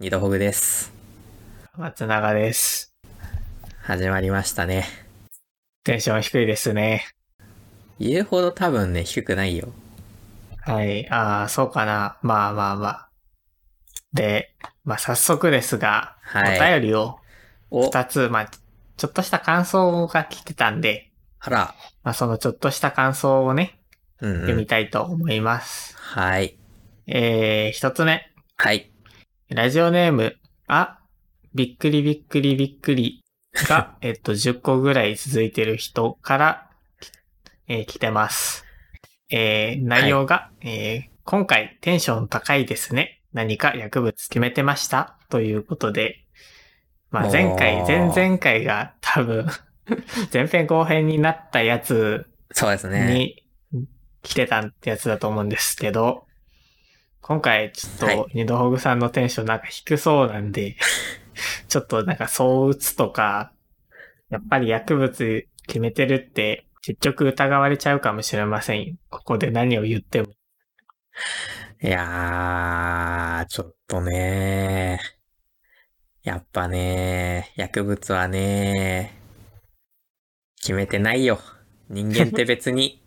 井戸ホグです。松永です。始まりましたね。テンション低いですね。言うほど多分ね、低くないよ。はい。ああ、そうかな。まあまあまあ。で、まあ早速ですが、はいお便りをお、 2つ、まあ、ちょっとした感想が来てたんで、あら。まあそのちょっとした感想をね、うん、う読みん。たいと思います。はい。えー、1つ目。はい。ラジオネーム、あ、びっくりびっくりびっくりが、えっと、10個ぐらい続いてる人から、えー来てます。えー内容が、えー今回テンション高いですね。何か薬物決めてましたということで、まあ、前回、お前ー々回が多分、 前編後編になったやつそうですね。に来てたってやつだと思うんですけど、今回ちょっはいと二度ほぐさんのテンションなんか低そうな んで、ちょっとなんか相打つとか、やっぱり薬物決めてるって結局疑われちゃうかもしれません。ここで何を言っても。いやー、ちょっとねやっぱね薬物はね決めてないよ。人間って別 に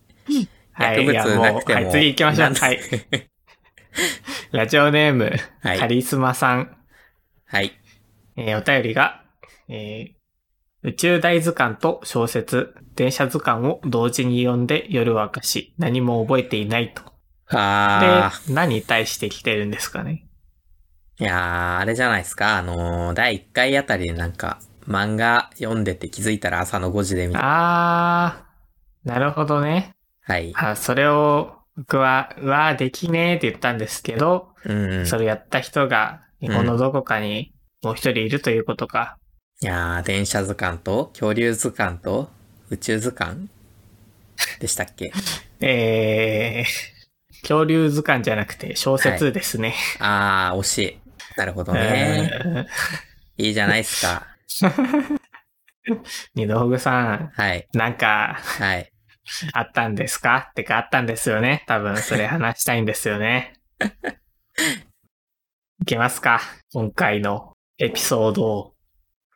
はい、薬い物やなもくう、てはい、も。次行きましょなう。んはい。ラジオネーム、はいカリスマさん。はい。えーお便りが、えー宇宙大図鑑と小説、電車図鑑を同時に読んで夜は明かし、何も覚えていないと。あで、何に対して来てるんですかね。ー。いやー、あれじゃないですか。あのー、第1回あたりでなんか、漫画読んでて気づいたら朝の5時でみたいな。あー、なるほどね。はい。あそれを僕は、うわー、できねーって言ったんですけど、うんうん。それやった人が日本のどこかにもう一人いるということか。いやー、電車図鑑と、恐竜図鑑と、宇宙図鑑でしたっけえー、恐竜図鑑じゃなくて小説ですね。あー、惜しい。なるほどね。うんいいじゃないですか。 二度ほぐさん、はい。なんか、はい。あったんですかってかあったんですよね。多分それ話したいんです よね。いけますか今回のエピソードを。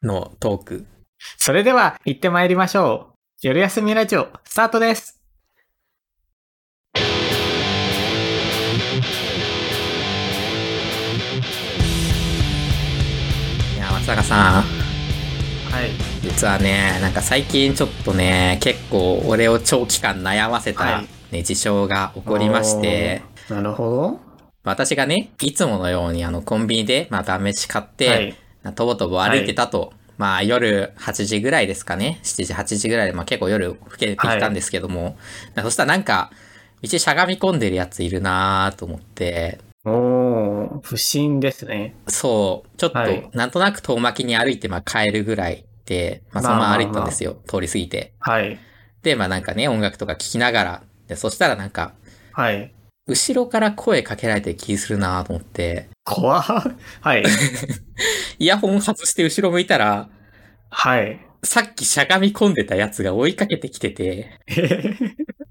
のトーク。それでは行ってまいりましょう。夜休みラジオ、スタートですいやー、松坂さん。はい。実はね、なんか最近ちょっとね、結構俺を長期間悩ませた、はねい事象が起こりまして、。なるほ私がね、いつものようにあのコンビニで、まあ、ダメ飯買っど。て、。とぼとぼ歩いてたと、まあ夜8時ぐらいですかね、7時、8時ぐらいで、まあ結構夜更けてきたんですけども、そしたらなんか、道しゃがみ込んでるやついるなーと思って、おー、不審ですね。そう、ちょっと、はいなんとなく遠巻きに歩いて、まあ帰るぐらいで、まあそのまま歩いてたんですよ、通り過ぎて。はい。で、まあなんかね、音楽とか聴きながら、でそしたらなんか、はい。後ろから声かけられてる気するなーと思って、怖っはい。イヤホン外して後ろ向いたら、はい。さっきしゃがみ込んでたやつが追いかけてきてて、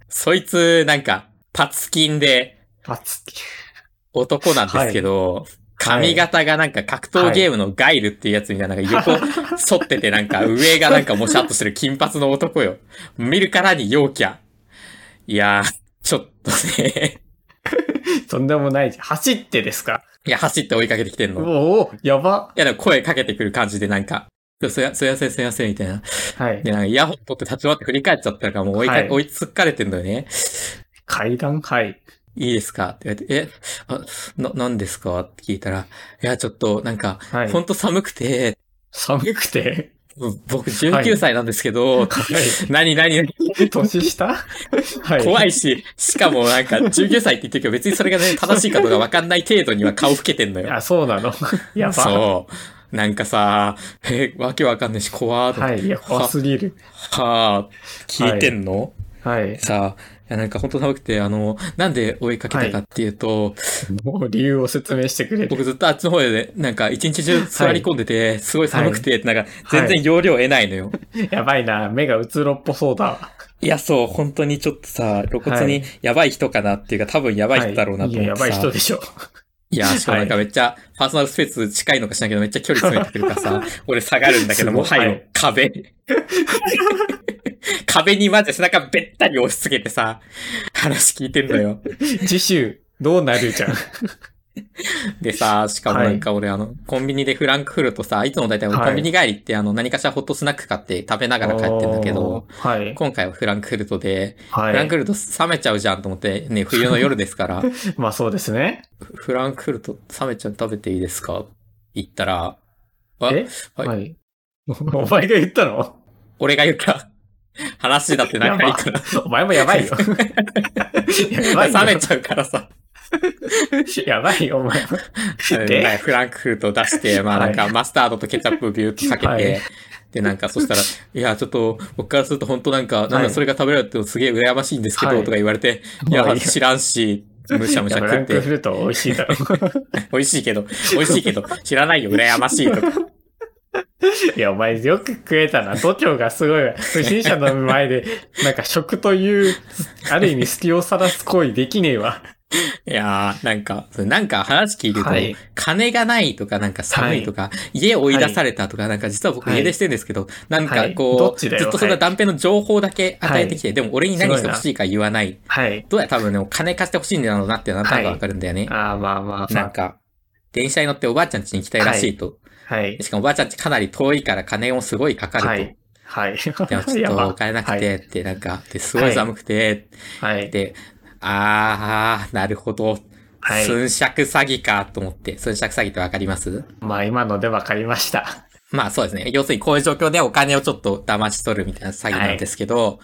そいつ、なんか、パツキンでパツキ。男なんですけど、髪型がなんか格闘ゲームのガイルっていうやつみたいな、なんか横反っててなんか上がなんかもしゃっとしてる金髪の男よ。見るからに陽キャ。いやー、ちょっとね。 とんでもないじゃん。走ってですかいや、走って追いかけてきてんの。いおー、やば。や、でも声かけてくる感じでなんか、すいません、すいません、すいません、みたいな。はいで、。なんかイヤホン取って立ち回って振り返っちゃったからもう追いか、はい追いつかれてんだよね。階段はい。いいですかって言われて、え、あ、な、何ですかって聞いたら、いや、ちょっと、なんか、はほんと寒くて、寒くて、 う僕はい19歳なんですけど、何何何年 下はい。怖い。いし、しかもなんか19歳って言ってるけど別にそれがね、正しいかどうかわかんない程度には顔老けてんのよ。あ、そうな の。やば。そう。なんかさ、え、わけわかんないし、怖ーと思ってはい。いや、怖すぎる。はー、聞いてんの、 はい。さあ、いやなんかほんと寒くて、あの、なんで追いかけたかっていうと、もう理由を説明してくれる。僕ずっとあっちの方でね、なんか一日中座り込んでて、すごい寒くて、なんか全然容量得ないのよ。い、やばいな。目がうつろっぽそうだわ。や、そう、本当にちょっとさ、露骨はにいやばい人かなっていうか、多分やばい人だろうなと思ってはさ、 いいや、やばい人いでしょ。いや、しかもなんかめっちゃ、パーソナルスペース近いのかしなきゃめっちゃ距離詰めてくるからさ、俺下がるんだけども、すごいはい、壁。 壁にまず背中べったり押し付けてさ、話聞いてんのよ。次週、どうなるじゃん。でさ、しかもなんか俺、あの、コンビニでフランクフルトさ、いつも大体俺はいコンビニ帰りってあの、何かしらホットスナック買って食べながら帰ってんだけど、あー。はい。今回はフランクフルトで、フラはンクフルト冷めちゃうじゃんと思って、ね、冬の夜ですから、い。まあそうですね。フランクフルト冷めちゃう食べていいですか言ったら、あえはいはい。お前が言ったの俺が言った 話だって何かいいから。お前もやば いよ。やばいよ。冷めちゃうからさ、やばいよ、お前も。うんでなんかフランクフルトを出して、まあなんかマスタードとケチャップをビューッとかけて、はいでなんかそしたら、いや、ちょっと僕からすると本当なんか、なんはだいそれが食べられるってすげえ羨ましいんですけど、はいとか言われて、いや、もういいよ知らんし、むしゃむしゃい食っやブランクフて、ルト美味しいだろ。 美味しいけど、美味しいけど、知らないよ、羨ましいとか。いや、お前よく食えたな。度胸がすご いわ。不審者の前で、なんか食という、ある意味隙をさらす行為できねえわ。いやー、なんか、それなんか話聞いてると、はい金がないとか、なんか寒いとか、家追い出されたとか、なんか実は僕はい家出してるんですけど、なんはかいどこっう、ちずだよっとそんな断片の情報だけ与えてきて、でも俺に何してほしいか言わない。はい。どうやら多分ね、お金貸してほしいんだろうなっていうのははないんかわかるんだよね。ああ、まあまあなんまか、電車に乗っておばあちゃん家に行きたいらしいと。あ。はい。しかもおばあちゃん家かなり遠いから金もすごいかかると。はい。はい。でもちょっとお金なくてって、なんか、ですごい寒くて、はい。はい。で、あー、なるほど。はい寸尺詐欺かと思って、寸尺詐欺ってわかりますまあ今ので分かりました。まあそうですね。要するにこういう状況でお金をちょっと騙し取るみたいな詐欺なんですけど、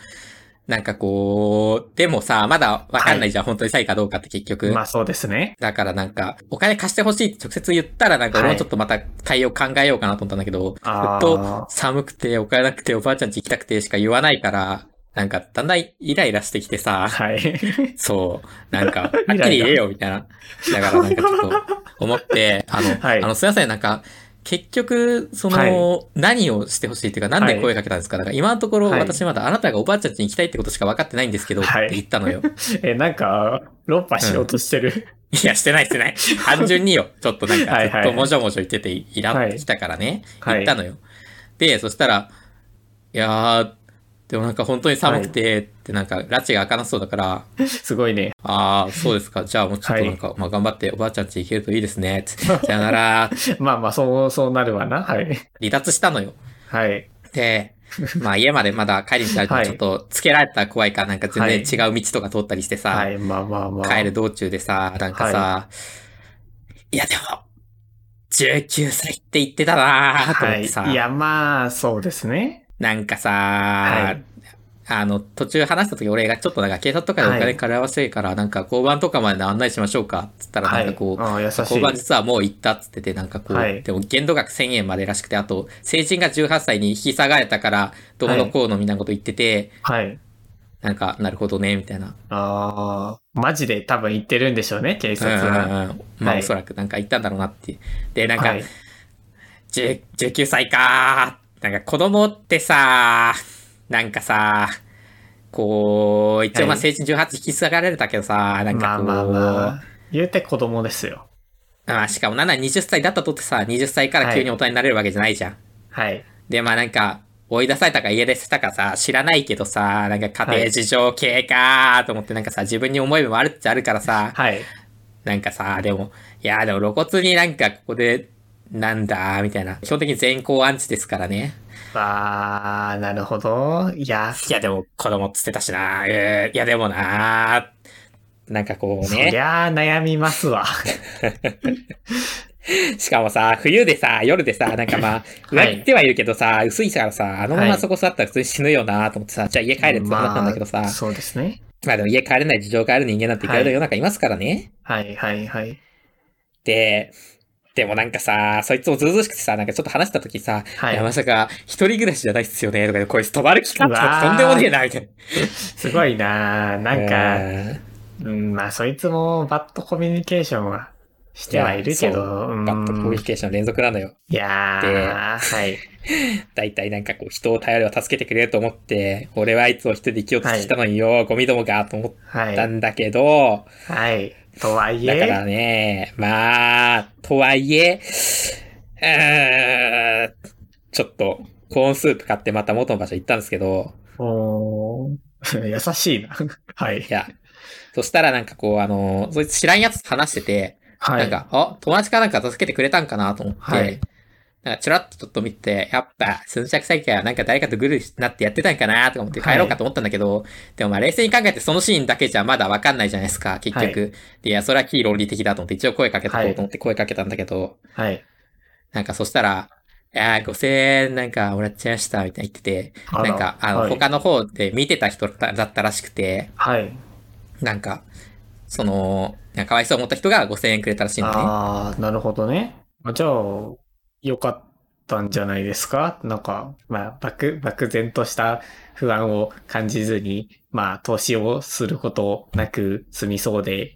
なんかこう、でもさ、まだわかんないじゃん、本当に詐欺かどうかって結局。まあそうですね。だからなんか、お金貸してほしいって直接言ったらなんかはい俺もちょっとまた対応考えようかなと思ったんだけど、あーずっと寒くてお金なくておばあちゃん家行きたくてしか言わないから、なんかだんだんイライラしてきてさ、はい。 そう。なんか、はっきライりラ言えよ、みたいな。だからなんかちょっと、思って、あの、 はいあの、すいません、なんか、結局、その、は何をしてほしいっていうか、なんで声かけたんですか、だから今のところ、はい私まだあなたがおばあちゃん家に行きたいってことしか分かってないんですけど、はいって言ったのよ。 え、なんか、論破しようとしてる。いや、してないして ない。単純によ。ちょっとなんはか、いずはっいともじょもじょ言ってて、イラってきたからね。はい言ったのよ。で、そしたら、いやー、でもなんか本当に寒くて、ってなんか、拉致が開かなそうだから、すごいね。ああ、そうですか。じゃあもうちょっとなんか、まあ頑張っておばあちゃん家行けるといいです ね。つってさよなら。まあまあ、そう、そうなるわな。はい。離脱したのよ。はい。で、まあ家までまだ帰りにたいとはいちょっとつけられたら怖いからなんか全然違う道とか通ったりしてさ、はい。まあまあまあ。帰る道中でさ、なんかさ、い、やでも、19歳って言ってたなーと思はっい。てさ、いや、まあ、そうですね。なんかさ、はいあの、途中話した時俺がちょっとなんか警察とかでお金払わせてるから、なんか交番とかまで案内しましょうかっつったらは。ないんかこう、ああ優し交番い。実はもう行ったっつってて、なんかこう、はいでも限度額1000円までらしくて、あと、成人が18歳に引き下がれたから、どうのこうのみたいなこと言ってて、はい。なんか、なるほどね、みたいな。ああ、マジで多分言ってるんでしょうね、警察うんは。うんうんまあ、はいおそらくなんか言ったんだろうなって。で、なんか、はい。 10 19歳かーなんか子供ってさーなんかさーこう、一応まあはい成人18引き下がれたけどさーなんまかあこう、まあまあ。言うて子供ですよ。まあしかもなんなら20歳だったとってさ、20歳から急に大人になれるわけじゃないじゃん。はい。で、まあなんか、追い出されたか家出したかさ、知らないけどさ、なんか家庭事情系かーと思って、なんかさ、自分に思いもあるっちゃあるからさ、はい。なんかさ、でも、いやーでも露骨になんかここで、なんだーみたいな。基本的に全校アンチですからね。ああ、なるほど。いや、いやでも子供っつってたしなー、えーいやでもなー、なんかこうそねり。ゃあ悩みますわ。しかもさ、冬でさ、夜でさ、なんかまあ、はい上着ってはいるけどさ、薄いからさ、あのまはまいそこ座ったら普通に死ぬよなーと思ってさ、じゃあ家帰れって話ったんだけどさ、まあそうですね。まあでも家帰れない事情がある人間なんていくらでも世の中いますからね。はいはいはい。で、でもなんかさ、そいつもずうずうしくてさ、なんかちょっと話した時さ、はいい、やまさか一人暮らしじゃないっすよね、とかでこいつ泊まる気かうわーとんでもねえな、みたいな。すごいなあなんか、えうん、まあそいつもバッドコミュニケーションはしてはいるけいやど、うー、んバッドコミュニケーション連続なのよ。いやでー、はい。だいたいなんかこう人を頼れば助けてくれると思って、俺はいつも一人で生きようとしてきたのによ、ゴミどもがと思っはたい。んだけど、はい。とはいだからえ、ね、まあ、とはいえ、うーんちょっと、コーンスープ買ってまた元の場所行ったんですけど、おー 優しいな。はいい。や、そしたらなんかこう、あの、そいつ知らんやつと話してて、はい。なんか、あ、友達かなんか助けてくれたんかなと思って、はいなんかチラッとちょっと見て、やっぱ、寸尺詐欺か、なんか誰かとグルになってやってたんかなとか思ってはい帰ろうかと思ったんだけど、でもまあ冷静に考えてそのシーンだけじゃまだわかんないじゃないですか、結局。、はいで、いや、それは非論理的だと思って一応声かけたこうと思って声かけたんだけど、はい。なんかそしたら、いやー5000円なんかもらっちゃいました、みたいな言ってて、らなんか、あの、はい、他の方で見てた人だだったらしくて、はい。なんか、その、なんかかわいそう思った人が5000円くれたらしいのね。ああ、なるほどね。まあじゃあ、良かったんじゃないですかなんか、まあ、漠、漠然とした不安を感じずに、まあ、投資をすることなく済みそうで。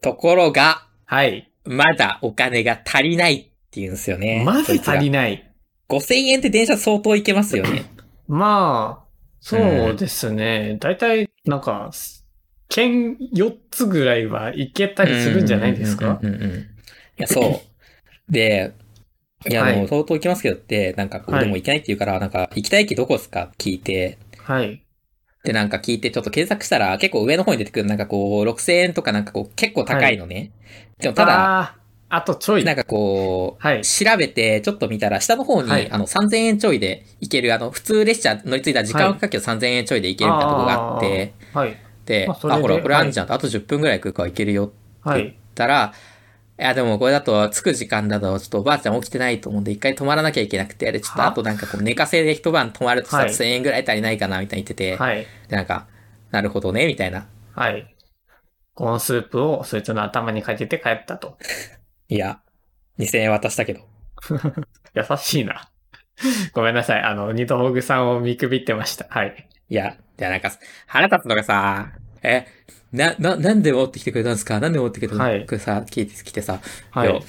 ところが、はい。まだお金が足りないって言うんですよね。まず足りない。ない。 5000円って電車相当いけますよね。まあ、そうですね。だいたい、なんか、県4つぐらいはいけたりするんじゃないですかうんうんうんうんうんいや、そう。で、いや、はいもう相当行きますけどって、なんか、こはういでも行けないって言うから、なんか、行きたい駅どこですか聞いて、はい。で、なんか聞いて、ちょっと検索したら、結構上の方に出てくる、なんかこう、6000円とかなんかこう、結構高いのね。でも、ただ、あー、あとちょい。なんかこう、はい調べて、ちょっと見たら、下の方に、はいあの、3000円ちょいで行ける、あの、普通列車乗り継いだ時間をかけて3000円ちょいで行けるみたいなとこがあって、はい。で、まああそれでほら、これあんじゃん、あと10分ぐらい空間行けるよっては言っい。たら、いや、でもこれだと、着く時間だと、ちょっとおばあちゃん起きてないと思うんで、一回泊まらなきゃいけなくて、で、ちょっとはあとなんかこう、寝かせで一晩泊まるとさ、はい1000円ぐらい足りないかな、みたいに言ってて、はい。で、なんか、なるほどね、みたいな。はい。コーンスープをそいつの頭にかけて帰ったと。いや、2000円渡したけど。優しいな。 ごめんなさい。あの、ニトホグさんを見くびってました。はい。いや、じゃあなんか、腹立つのがさ、え、な、な、なんで持ってきてくれたんですかなんで持ってきてくれたはんでいすか、さ、聞いてきてさ、はいやい。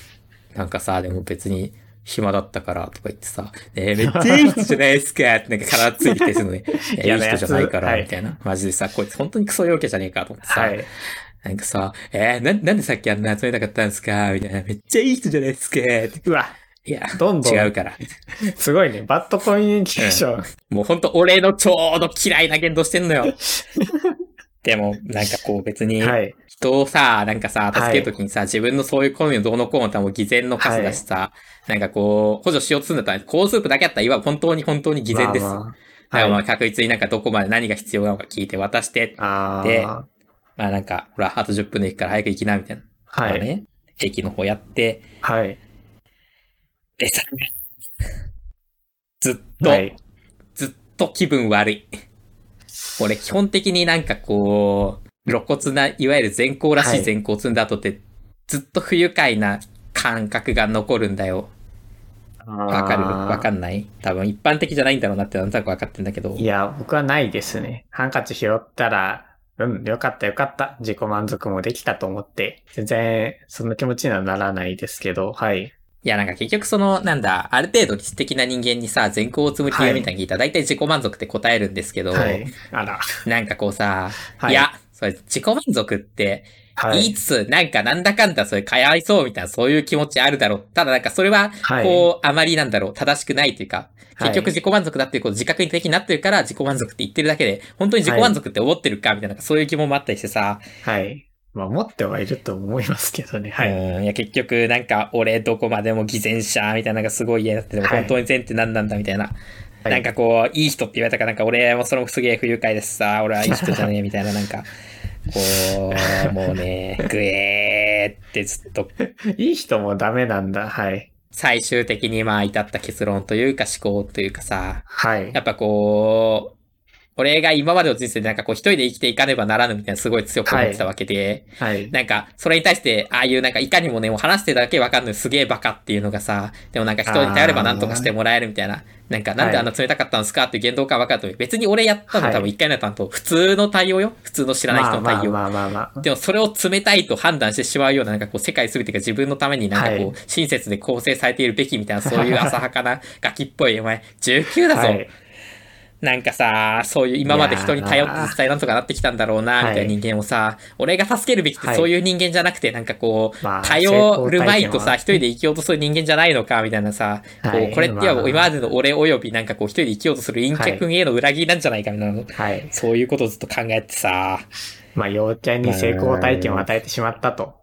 なんかさ、でも別に暇だったからとか言ってさ、えめっちゃいい人じゃないですかってなんか体ついてきてするの に、いやいい嫌なやつ人じゃないから、はいみたいな。マジでさ、こいつ本当にクソ陽キャじゃねえかと思ってさ、はい。なんかさ、えーな、なんでさっきあんな集めなかったんですかみたいな。めっちゃいい人じゃないですかってうわ、いや、どんどん違うから。すごいね。バッドコミュニケーション。もうほんと俺のちょうど嫌いな言動してんの よ。でも、なんかこう別に、はい。人をさ、なんかさ、はい助けるときにさ、自分のそういう好みのどうのこうのとはもう偽善のカスだしさ、なんかこう、補助しようとするんだったら、コーンスープだけだったら、いわば本当に本当に偽善です。まあだからまあまはあい。確実になんかどこまで何が必要なのか聞いて渡して、あであ。まあなんか、ほら、あと10分で行くから早く行きな、みたいな。はまあい。ね、駅の方やって、はい。で さ、ずっと、はい。ずっと気分悪い。俺、基本的になんかこう、露骨な、いわゆる善行らしはいい善行を積んだ後って、ずっと不愉快な感覚が残るんだよ。わわかるわかる。んない多分一般的じゃないんだろうなってなんとなくわかってんだけど。いや、僕はないですね。ハンカチ拾ったら、うん、よかったよかった。自己満足もできたと思って、全然、その気持ちにはならないですけど、はい。いや、なんか結局その、なんだ、ある程度知的な人間にさ、善行を積む理由みたいに聞いたら、大体自己満足って答えるんですけど、はい。あら。なんかこうさ、はいい、や、それ自己満足って、は言いい。つつ、なんかなんだかんだそれかわいそうみたいな、そういう気持ちあるだろう。ただなんかそれは、はいこう、あまりなんだろう、正しくないというか、はい結局自己満足だっていうこと自覚的になってるから、自己満足って言ってるだけで、本当に自己満足って思ってるか、みたいな、なんかそういう疑問もあったりしてさ、はい。まあ、持ってはいると思いますけどね。はい。うん。いや、結局、なんか、俺どこまでも偽善者、みたいなのがすごい嫌になってて、でもはい本当に善って何なんだ、みたいな。はいなんかこう、いい人って言われたから、なんか俺もそれもすげえ不愉快ですさ、俺はいい人じゃねえ、みたいな、なんか、こう、もう ね、グエーってずっと、いい人もダメなんだ。はい。最終的にまあ、至った結論というか思考というかさ、はいや。っぱこう、俺が今までの人生でなんかこう一人で生きていかねばならぬみたいなすごい強く思ってたわけで、はい。なんか、それに対して、ああいうなんか、いかにもね、もう話してるだけわかんない、すげえバカっていうのがさ、でもなんか人に頼ればなんとかしてもらえるみたいな、なんか、なんであんな冷たかったんですかっていう言動感わかると思う。別に俺やったの多分一回の担当、普通の対応よ。普通の知らない人の対応。まあまあまあまあまあ。でもそれを冷たいと判断してしまうような、なんかこう世界全てが自分のためになんかこう、はい親切で構成されているべきみたいな、そういう浅はかなガキっぽい、お前、19だぞ、はい。なんかさ、そういう今まで人に頼って実際なんとかなってきたんだろうな、いみやーたいな人間をさ、俺が助けるべきってはいそういう人間じゃなくて、なんかこう、まあ頼るまいとさ、成功体験は一人で生きようとする人間じゃないのか、みたいなさ、はいこうこれってはまあ今までの俺及びなんかこう一人で生きようとする陰キャ君への裏切りなんじゃないか、みたいな、はい。そういうことをずっと考えてさ、まあ、陽ちゃんに成功体験を与えてしまったと。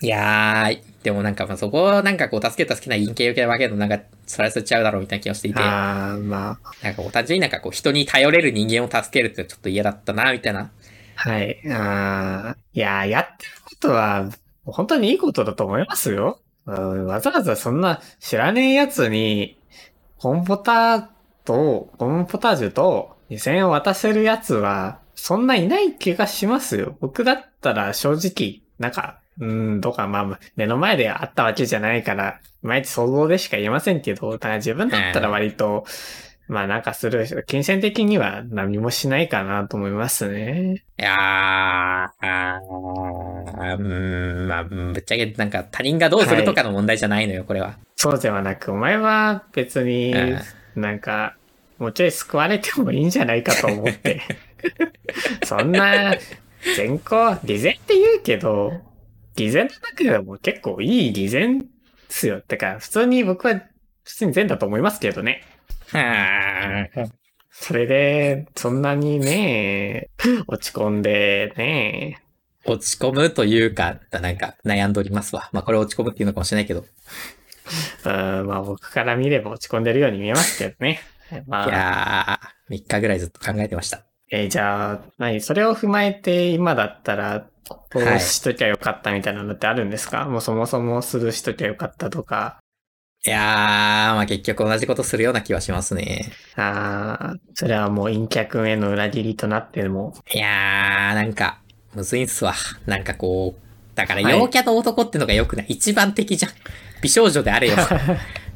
いやー、でもなんかまあそこをなんかこう、助けた好きな陰キャ余計わけど、なんか、そられちゃうだろうみたいな気がしていて、なあー、まあ、んかこう、単純になんかこう、人に頼れる人間を助けるってちょっと嫌だったな、みたいな。はい。あーいやー、やってることは、本当にいいことだと思いますよ。うんわざわざそんな知らねえやつに、コーンポターと、コーンポタージュと2000円を渡せるやつは、そんないない気がしますよ。僕だったら正直、なんか、うん、とか、まあ、目の前であったわけじゃないから、いまいち想像でしか言えませんけど、だから自分だったら割と、まあなんかする、金銭的には何もしないかなと思いますね。いやー、あーうーん、まあ、うんぶっちゃけ、なんか他人がどうするとかの問題じゃないのよ、これは。そうではなく、お前は別にえなんか、もうちょい救われてもいいんじゃないかと思 って。そんな、善行、偽善って言うけど、偽善の中でも結構いい偽善っすよ。てか、普通に僕は、普通に善だと思いますけどね。はーそれで、そんなにね、落ち込んでね、落ち込むというか、なんか悩んでおりますわ。まあ、これ落ち込むっていうのかもしれないけど。うん、まあ僕から見れば落ち込んでるように見えますけどね。まいやー、3日ぐらいずっと考えてました。えーじゃあ、何それを踏まえて、今だったら、こうしときゃよかったみたいなのってあるんですか、もうそもそもするしときゃよかったとか。いやー、まあ、結局同じことするような気はしますね。ああ、それはもう陰キャ君への裏切りとなっても。いやー、なんか、むずいんすわ。なんかこう、だから、はい陽キャの男ってのが良くない。一番敵じゃん。美少女であれ よ。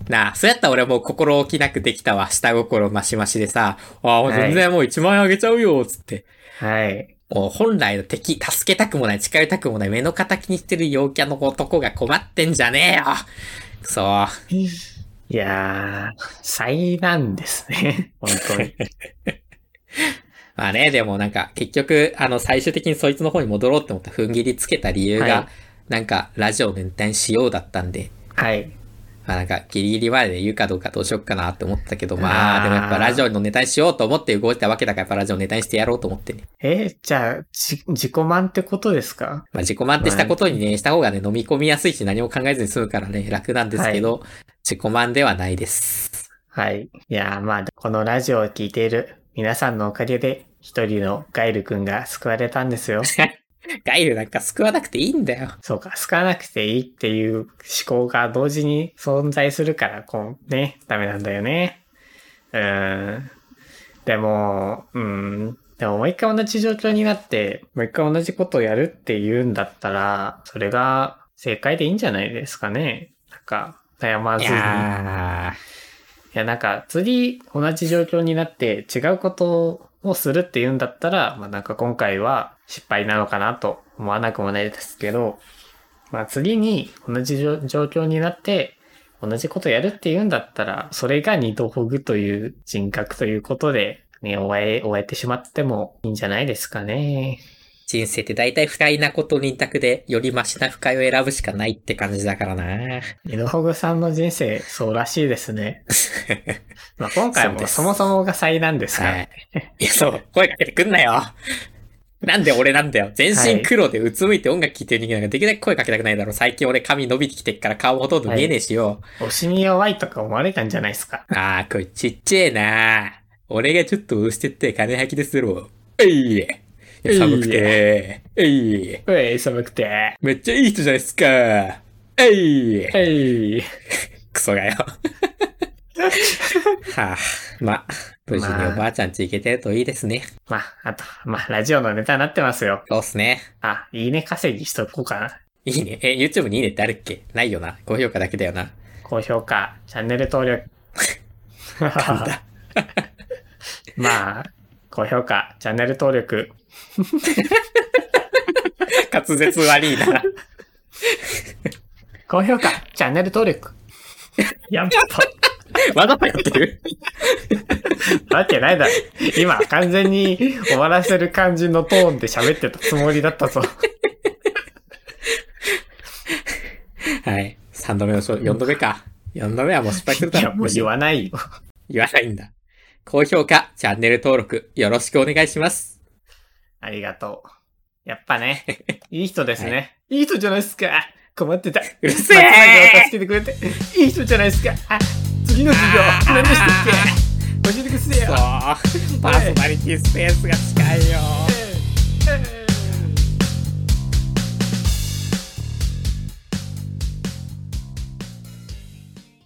なあ、そうやったら俺もう心置きなくできたわ。下心マシマシでさ、ああ、はい全然もう1万円あげちゃうよ、つって。はい。もう本来の敵、助けたくもない、近寄りたくもない、目の敵にしてる陽キャの男が困ってんじゃねえよ。そう。いやー、災難ですね。 本当に。まあね、でもなんか、結局、あの、最終的にそいつの方に戻ろうって思った踏ん切りつけた理由が、はいなんか、ラジオ全体にしようだったんで、はい。まあなんか、ギリギリまで言うかどうかどうしよっかなって思ったけど、まあーあ、でもやっぱラジオのネタにしようと思って動いたわけだから、やっぱラジオのネタにしてやろうと思ってね。えーじゃあ、じ、自己満ってことですかまあ、自己満ってしたことにね、した方がね、飲み込みやすいし、何も考えずに済むからね、楽なんですけど、自己満ではないです。はい。いやー、まあ、このラジオを聞いている皆さんのおかげで、一人のガイル君が救われたんですよ。ガイルなんか救わなくていいんだよ。そうか、救わなくていいっていう思考が同時に存在するから、こうね、ダメなんだよね。うーん。でも、うん。でももう一回同じ状況になって、もう一回同じことをやるって言うんだったら、それが正解でいいんじゃないですかね。なんか、悩まいずに。やいや、なんか、次、同じ状況になって、違うことをするっていうんだったら、まあなんか今回は失敗なのかなと思わなくもないですけど、まあ次に同じ状状況になって、同じことやるっていうんだったら、それが二度ほぐという人格ということで、ね、終え、終えてしまってもいいんじゃないですかね。人生って大体不快なこと二択で、よりマシな不快を選ぶしかないって感じだからな。二度ほぐさんの人生、そうらしいで すね。まあ今回そうもですそもそもが災難ですから、はい。いや、そう、声かけてくんなよ。なんで俺なんだよ。全身黒でうつむいて音楽聴いてる人間なんかできるだけ声かけたくないだろ。最近俺髪伸びてきてっから顔ほとんど見えねえしよ。推しに弱いとか思われたんじゃないですか。あー、これちっちゃえな俺がちょっと押してって金吐きですろ。えいえ。いや寒くて。えいえ。うえ、寒くて。めっちゃいい人じゃないっすか。えいえ。はい。クソが よ。はあ、まあ、無事におばあちゃんち行けてるといいですね。まあ、あと、まあ、ラジオのネタになってますよ。そうっすね。あ、いいね稼ぎしとこうかな。いいね。え、YouTube にいいねってあるっけないよな。高評価だけだよな。 高評価、チャンネル登録。なんだ。 まあ、高評価、チャンネル登録。滑舌悪いな。 高評価、チャンネル登録。やっと。わざとやってるわけないだろ。今、完全に終わらせる感じのトーンで喋ってたつもりだっ たぞ。 はい。3度目の、4度目か。4度目はもう失敗するいだや、ろ。もう言わないよ。言わないんだ。高評価、チャンネル登録、よろしくお願いします。ありがとう。やっぱ ね、いい人ですね。いい人じゃないですか。困ってた。うるせえ松永を助けてくれて、いい人じゃないですか。あ次の授業、何でしたっけ教えてくださいよ。パーソナリティスペースが近いよ。ええええ